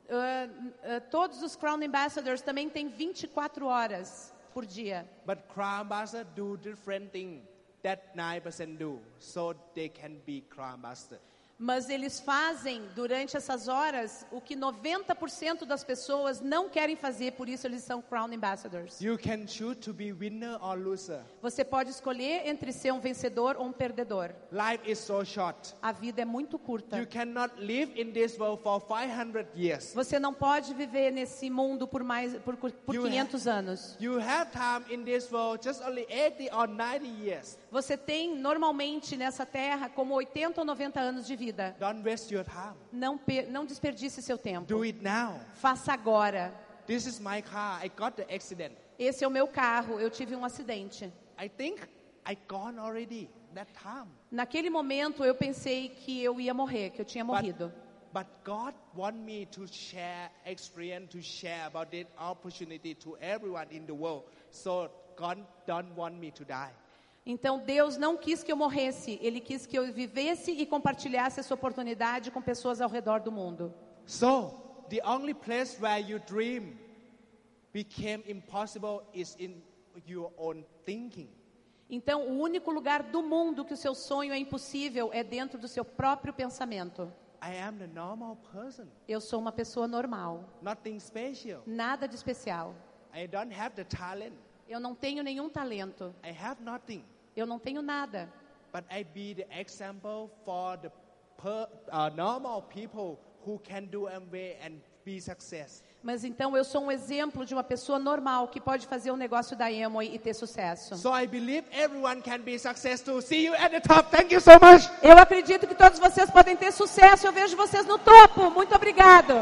Ah, ah, todos os Crown Ambassadors também têm 24 horas por dia. But Crown Master do different thing that 9% do. So they can be Crown Master. Mas eles fazem durante essas horas o que 90% das pessoas não querem fazer, por isso eles são Crown Ambassadors. You can choose to be winner or loser. Você pode escolher entre ser um vencedor ou um perdedor. Life is so short. A vida é muito curta. You cannot live in this world for 500 years. Você não pode viver nesse mundo por mais por, por You 500 anos. You have time in this world just only 80 or 90 years. Você tem normalmente nessa terra como 80 ou 90 anos de vida. Don't waste your time. Não per- não desperdice seu Do tempo. it now. Faça agora. This is my car. I got the accident. Esse é o meu carro, eu tive um acidente. I think I gone already that time. Naquele momento eu pensei que eu ia morrer, que eu tinha morrido. but God want me to share experience, to share about this opportunity to everyone in the world. So God don't want me to die. Então Deus não quis que eu morresse, ele quis que eu vivesse e compartilhasse essa oportunidade com pessoas ao redor do mundo. So the only place where your dream became impossible is in your own thinking. Então, o único lugar do mundo que o seu sonho é impossível é dentro do seu próprio pensamento. I am the normal person, Eu sou uma pessoa normal, nothing special. nada de especial. I don't have the talent. Eu não tenho nenhum talento, I have nothing. eu não tenho nada. But I be the example for the per, uh, normal people who can do Amway and be success. Mas então eu sou um exemplo de uma pessoa normal que pode fazer o negócio da Amway e ter sucesso. So I believe everyone can be successful. See you at the top. Thank you so much. Eu acredito que todos vocês podem ter sucesso. Eu vejo vocês no topo. Muito obrigado.